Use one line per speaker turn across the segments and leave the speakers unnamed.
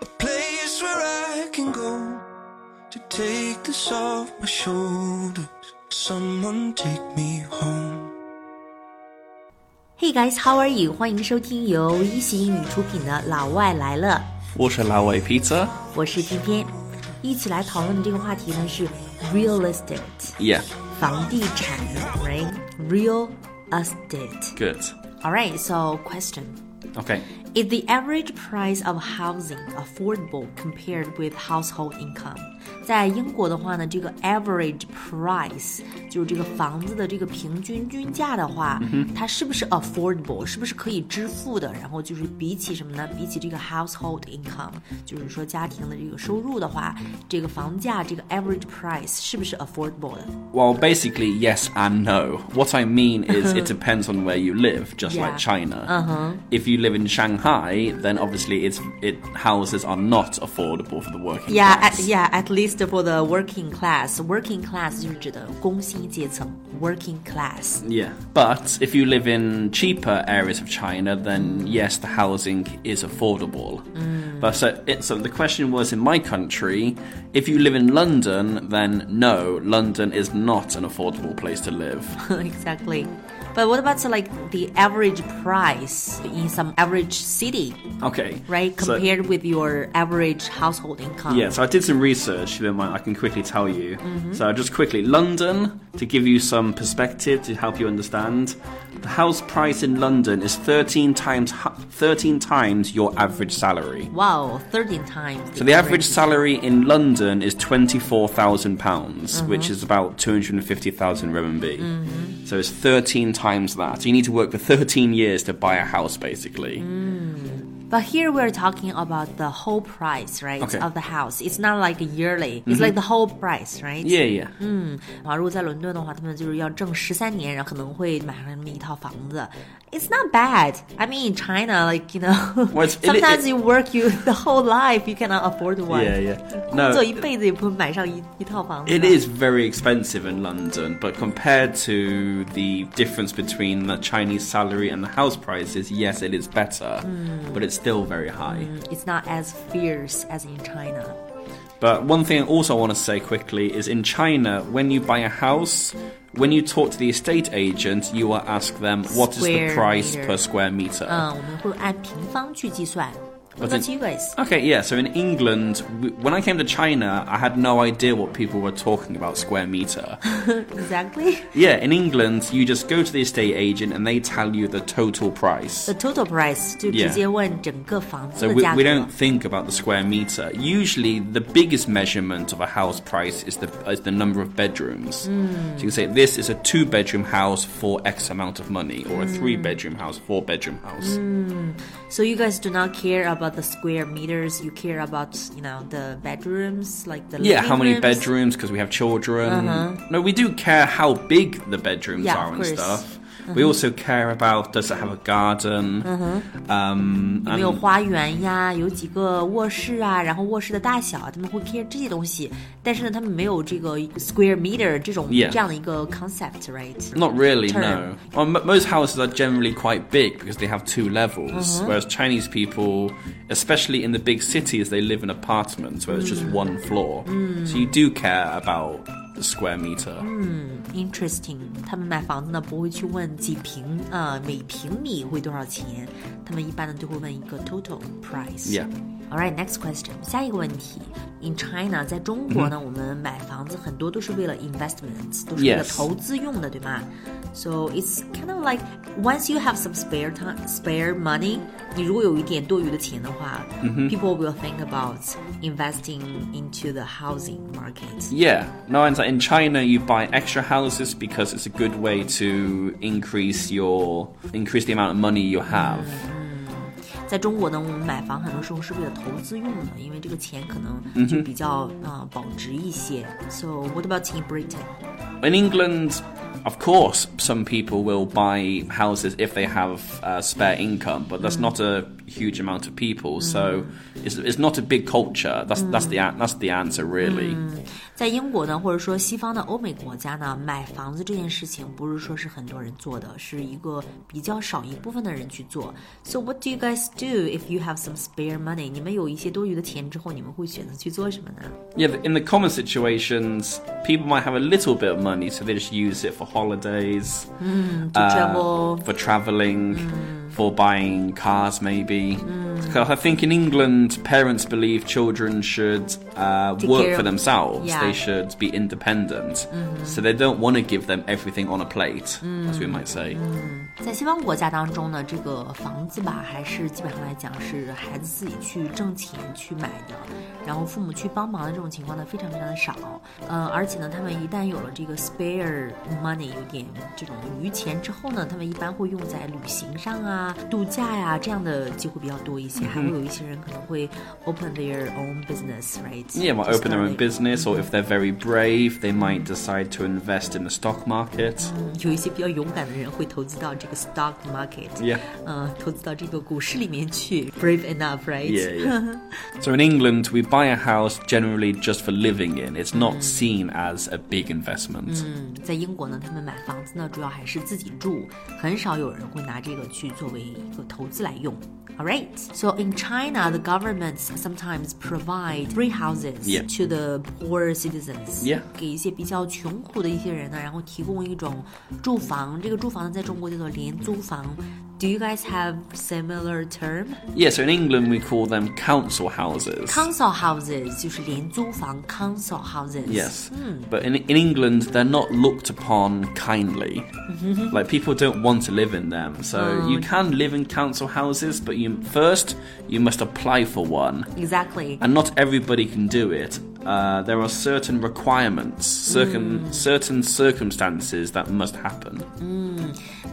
a place where I can go to take this off my shoulders. Someone take me home.
Hey guys, how are you？欢迎收听由一席英语出品的《老外来了
我是老外 pizza，》，
我是偏偏。一起来讨论的这个话题呢是 real estate，
yeah,
房地产，right？Real estate。
good.
Alright, so question.
Okay,
Is the average price of housing affordable compared with household income？在英国的话呢，这个 average price 就是这个房子的这个平均均价的话，它是不是 affordable，是不是可以支付的？然后就是比起什么呢？比起这个 household income，就是说家庭的这个收入的话，这个房价这个 average price 是不是 affordable 的？
well, basically, yes and no. What I mean is, it depends on where you live,
Uh-huh.
just
Yeah.
like China. Uh-huh. If you live in Shanghai, then obviously it's it houses are not affordable for the working
Yeah, at,
class.
yeah, at least for the working class. Working class 就是指的工薪阶层，working class。
Yeah, but if you live in cheaper areas of China,
Mm.
then yes, the housing is affordable. But so, it, so the question was in my country, if you live in London, then no, London is not an affordable place to live.
exactly. But what about like the average price in some average city,
Okay,
right?
so-
Compared with your average household income.
Yeah, so I did some research. If you don't mind, I can quickly tell you.
Mm-hmm.
So just quickly, London to give you some perspective to help you understand. The house price in London is thirteen times hu- thirteen times your average salary.
Wow, thirteen times.
So the average salary in London is twenty four thousand pounds,
Mm-hmm.
which is about two hundred and fifty thousand RMB. So it's thirteen times that. So you need to work for thirteen years to buy a house, basically.
Mm-hmm. But here we're talking about the whole price, right,
Okay. Mm-hmm.
of the house. It's not like yearly. It's like the whole price, right?
Yeah, yeah.
Mm-hmm. 啊，如果在伦敦的话，他们就是要挣十三年，然后可能会买上那么一套房子。It's not bad. I mean, in China, like you know,
Well, it's- it- it-
sometimes you work you the whole life, you cannot afford one.
Yeah, yeah.
做
No,
一辈子也不会买上一一套房子。
It is very expensive in London, but compared to the difference between the Chinese salary and the house prices, yes, it is better,
Hmm.
but it's still very high.
It's not as fierce as in China.
But one thing I also want to say quickly is in China, when you buy a house, when you talk to the estate agent, you will ask them what is
Square
the price
meter. Oh.
per square meter.
嗯，我们会按平方去计算。What's
it-
up to you guys?
Okay, yeah. So in England, w- when I came to China, I had no idea what people were talking about square meter.
Exactly.
Yeah, in England, you just go to the estate agent and they tell you the total price.
The total price 就直
Yeah.
接问整个房子
So
的
we,
价
we
格
don't。think about the square meter. Usually, the biggest measurement of a house price is the is the number of bedrooms.
Hmm.
So you can say this is a two bedroom house for X amount of money, or a
Hmm.
three bedroom house, four bedroom house.
So you guys do not care about the square meters. You care about you know the bedrooms, like the
Yeah, how many
living rooms.
bedrooms? um, Because we have children. No, we do care how big the bedrooms
Uh-huh. Yeah, of
are and
course. Uh-huh.
stuff. We also care about does it have a garden?
Uh-huh.
Um,
有没有花园呀？有几个卧室啊？然后卧室的大小啊，他们会 care 这些东西。但是呢，他们没有这个 square meter 这种
Yeah.
这样的一个 concept，right？
Not really,
Term.
no. Well, m- most houses are generally quite big because they have two levels, whereas Chinese people, especially in the big cities, they live in apartments where it's just one floor. So you do care about the square meter.
Interesting，他们买房子呢不会去问几平啊、呃每平米会多少钱，他们一般呢就会问一个 total price。
Yeah.
All right, next question，下一个问题。In China，在中国呢，我们买房子很多都是为了 investments，都是为了
Yes.
投资用的对吗？So it's kind of like once you have some spare time, spare money，你如果有一点多余的钱的话、p
Mm-hmm。
e o p l e will think about investing into the housing market。
Yeah. No, and so in China, you buy extra houses because it's a good way to increase your increase the amount of money you have.
在中国呢，我们买房很多时候是为了投资用的，因为这个钱可能就比较啊、呃保值一些。So what about in Britain?
in England, of course, some people will buy houses if they have uh, spare income, but that's not a huge amount of people. So it's, it's not a big culture. That's that's the an- that's the answer really.
在英国呢，或者说西方的欧美国家呢，买房子这件事情不是说是很多人做的，是一个比较少一部分的人去做。So what do you guys do if you have some spare money？你们有一些多余的钱之后，你们会选择去做什么呢？
Yeah, in the common situations, people might have a little bit of money, so they just use it for holidays,
To travel
for traveling, for buying cars, maybe. 'Cause I think in England, parents believe children should uh,
care
work for
of-
themselves.
yeah. Mm-hmm.
They should be independent. So they don't want to give them everything on a plate, as we might say.
Mm. 在西方国家当中呢，这个房子吧，还是基本上来讲是孩子自己去挣钱去买的，然后父母去帮忙的这种情况呢，非常非常的少。呃，而且呢，他们一旦有了这个 spare money，有点这种余钱之后呢，他们一般会用在旅行上啊、度假呀、这样的机会比较多一
嗯
些。还会有一些人可能会 open their own business，right？
Yeah, might
To
open their own
start
business, or if
Mm-hmm.
they're very brave, they might decide to invest in the stock market.
有一些比较勇敢的人会投资到这个 stock market，
Yeah.
呃，投资到这个股市里面去，brave enough，right？
Yeah, yeah. so in England, we buy a house generally just for living in. It's not seen as a big investment.
在英国呢，他们买房子呢，主要还是自己住，很少有人会拿这个去作为一个投资来用。Alright, so in China, the governments sometimes provide free houses
Yeah.
to the poor citizens.
Yeah.
给一些比较穷苦的一些人啊呢，然后提供一种住房。这个住房呢，在中国叫做廉租房。Do you guys have similar term?
Yeah, so in England, we call them council houses.
Council houses 就是廉租房，council houses。
Yes. But in, in England, they're not looked upon kindly. like, people don't want to live in them. So you can live in council houses, but you first, you must apply for one.
Exactly.
And not everybody can do it. Uh, there are certain requirements, certain, certain circumstances that must happen.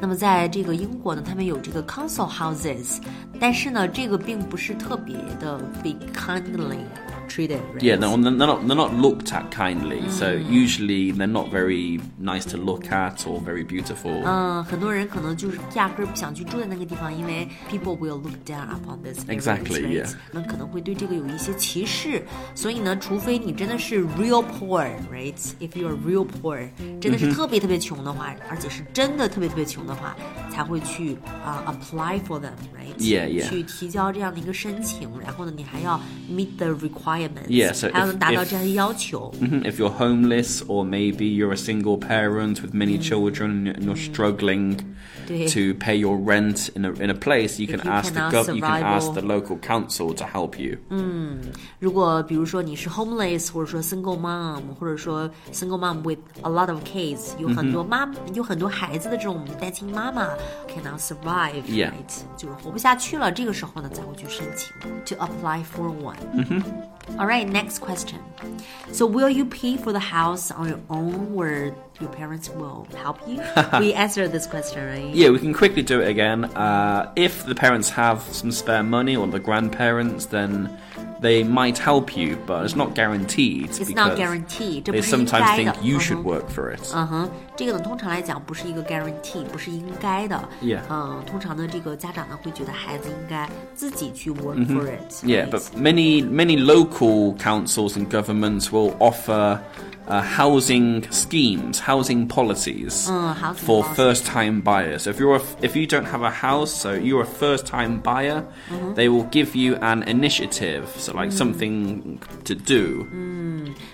那么在这个英国呢，他们有这个 council houses，但是呢，这个并不是特别的 be kindly treated、right?。
Yeah, no, they're not, they're not looked at kindly. So usually they're not very nice to look at or very beautiful.
嗯，很多人可能就是压根儿不想去住在那个地方，因为 people will look down upon this area,
Exactly,
right?
yeah.
那可能会对这个有一些歧视，所以呢，除非你真的是 real poor，right？If you are real poor，真的
Mm-hmm.
是特别特别穷的话，而且是真的特别特别穷的话，才会去啊、apply for them，right？
Yeah, yeah.
去提交这样的一个申请，然后呢，你还要 meet the requirements，、
Yeah, so
还要
if-
能达到
if-
这样的要求。
Mhm, If you're homeless, or maybe you're a single parent with
Mm.
many children, and you're struggling
Yeah.
to pay your rent in a, in a place, you can
you
ask the
cannot
gov- you can ask
survival- Mm.
the local council to help you.
如果比如说你是 homeless，或者说 single mom，或者说 single mom with a lot of kids，有很多妈、有很多孩子的这种单亲妈妈，cannot survive，right？、
Yeah.
就是活不下去了，这个时候呢才会去申请 to apply for one。All right, next question. So, will you pay for the house on your own, or your parents will help you? we answered this question, right?
Yeah, we can quickly do it again. Uh, if the parents have some spare money, or the grandparents, then they might help you, but it's not guaranteed.
It's
because
not guaranteed，这
They
不是应该
sometimes
的。
think you
嗯哼
should work for it.
嗯哼，这个呢，通常来讲不是一个 guarantee，不是应该的。
Yeah.
嗯，通常呢，这个家长呢会觉得孩子应该自己
嗯
去 work for it、
Yeah, but many many local councils and governments will offer uh, housing schemes, housing policies
Uh, housing
for
policies.
first-time buyers. So if you're a, if you don't have a house, so you're a first-time buyer,
Mm-hmm.
they will give you an initiative, so like
Mm.
something to do.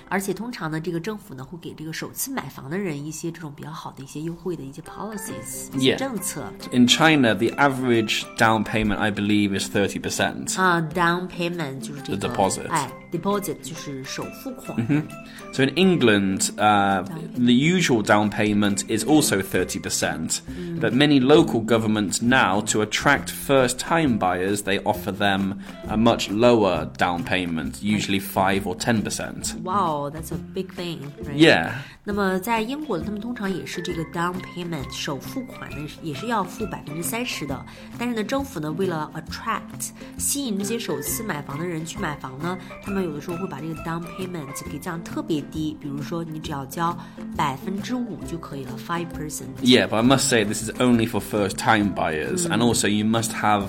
而且通常呢，这个政府呢会给这个首次买房的人一些这种比较好的一些优惠的一些 policies 一些
Yeah.
政策
In China, the average down payment, I believe, is thirty percent.
啊、d o w n payment 就是这个
The deposit 嗯
哎，deposit 就是首付款。
So in England, uh, the usual down payment is also 30%. But many local governments now, to attract first time buyers, they offer them a much lower down payment, usually 5 or 10%.
Wow, that's a big thing. Right?
Yeah.
那么在英国呢，他们通常也是这个 down payment 首付款呢，也是要付百分之三十的。但是呢，政府呢为了 attract 吸引这些首次买房的人去买房呢，他们有的时候会把这个 down payment 给降特别低，比如说你只要交百分之五就可以了，five percent。
Yeah, but I must say this is only for first-time buyers, and also you must have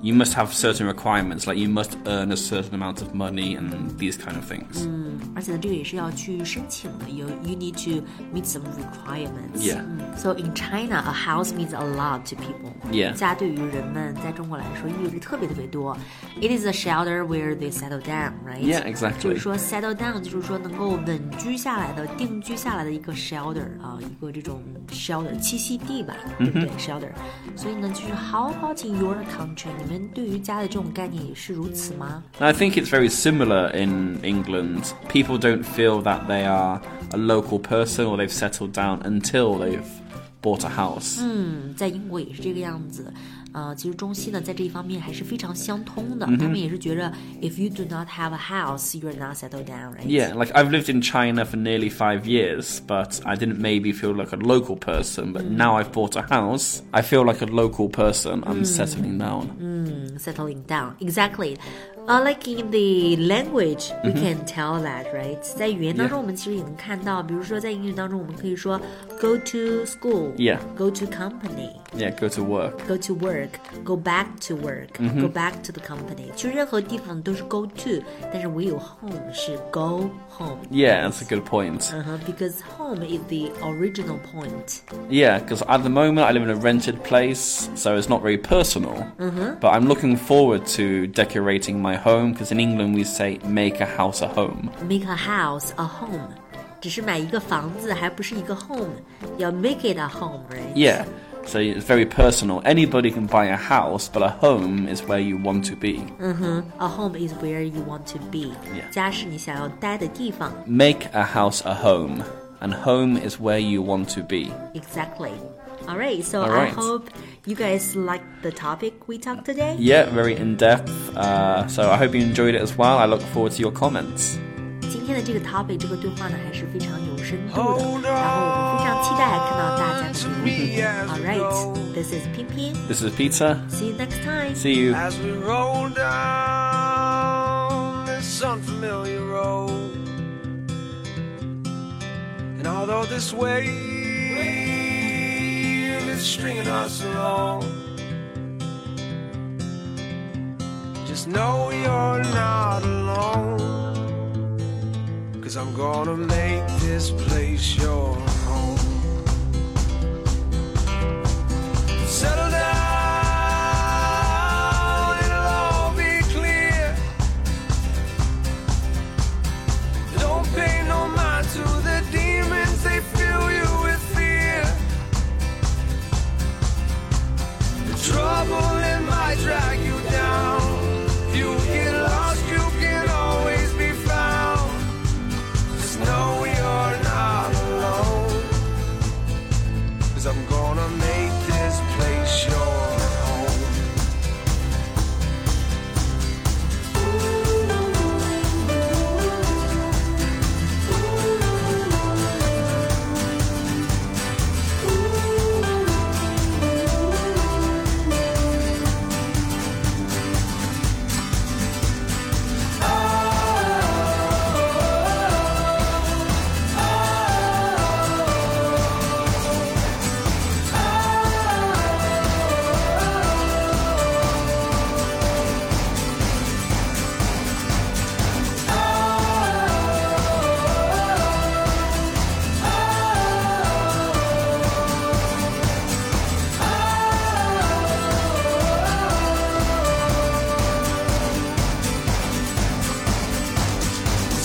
you must have certain requirements, like you must earn a certain amount of money and these kind of things.
而且呢，这个也是要去申请的。You you need to meet some requirements.
Yeah.
嗯 So in China, a house means a lot to people.
Yeah.
家对于人们在中国来说意味着特别特别多。It is a shelter where they settle down, right?
Yeah, exactly.
就是说 settle down 就是说能够稳居下来的、定居下来的一个 shelter 啊，一个这种 shelter 栖息地吧，对
嗯
不对、s h e l t e r 所以呢，就是 How about in your country？你们对于家的这种概念也是如此吗？
And I think it's very similar in England. People don't feel that they are a local person or they've settled down until they've bought a house.
在英国也是这个样子。呃，其实中西呢在这一方面还是非常相通
嗯
的，他们也是觉着 if you do not have a house, you are not settled down, right?
Yeah, like I've lived in China for nearly five years, but I didn't maybe feel like a local person. But now I've bought a house, I feel like a local person. I'm settling down.
settling down. Exactly. Uh, like in the language, we
Mm-hmm.
can tell that, right? 在语言当中，我们其实也能看到，比如说在英语当中，我们可以说 go to school,
Yeah.
go to company,
Yeah, go to work.
go to work, go back to work,
Mm-hmm
go back to the company。去任何地方都是 go to，但是唯有 home 是 go home。
Yeah, that's a good point.
Uh-huh, because home is the original point.
Yeah, because at the moment I live in a rented place, so it's not very personal. But I'm looking forward to decorating my home because in England we say make a house a home.
Make a house a home. 只是买一个房子，还不是一个 home，要 make it a home, right?
Yeah, so it's very personal. Anybody can buy a house, but a home is where you want to be.
Mm. Uh-huh. A home is where you want to be.
Yeah.
家是你想要待的地方。
Make a house a home, and home is where you want to be.
Exactly. All right. So
All
I
right.
hope you guys like the topic we talked today.
Yeah, very in depth. Uh, so I hope you enjoyed it as well. I look forward to your comments.
今天的这个 topic 这个对话呢还是非常有深度的，然后我
Hold
们非常期待看到大家
on
的
to
留
me
言。
as
All
we
right.
roll,
This is Pin Pin.
This is Peter.
See you next time.
See you.
as we roll down this unfamiliar road. And although this wave is stringing us along, just know you're not alone. Cause I'm gonna make this place your home. Settle down, it'll all be clear. Don't pay no mind to the demons, they fill you with fear. The trouble it might drag you down. If you get lost, you can always be found. Just know you're not alone. Cause I'm gonna make this place your home.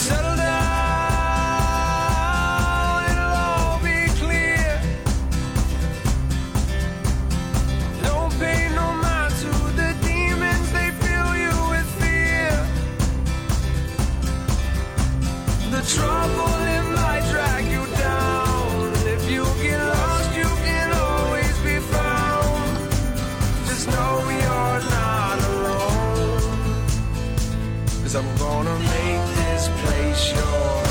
Settle down, it'll all be clear. Don't pay no mind to the demons, they fill you with fear. The trouble it might drag you down. If you get lost, you can always be found. Just know you're not alone. Cause I'm gonna make this place yours.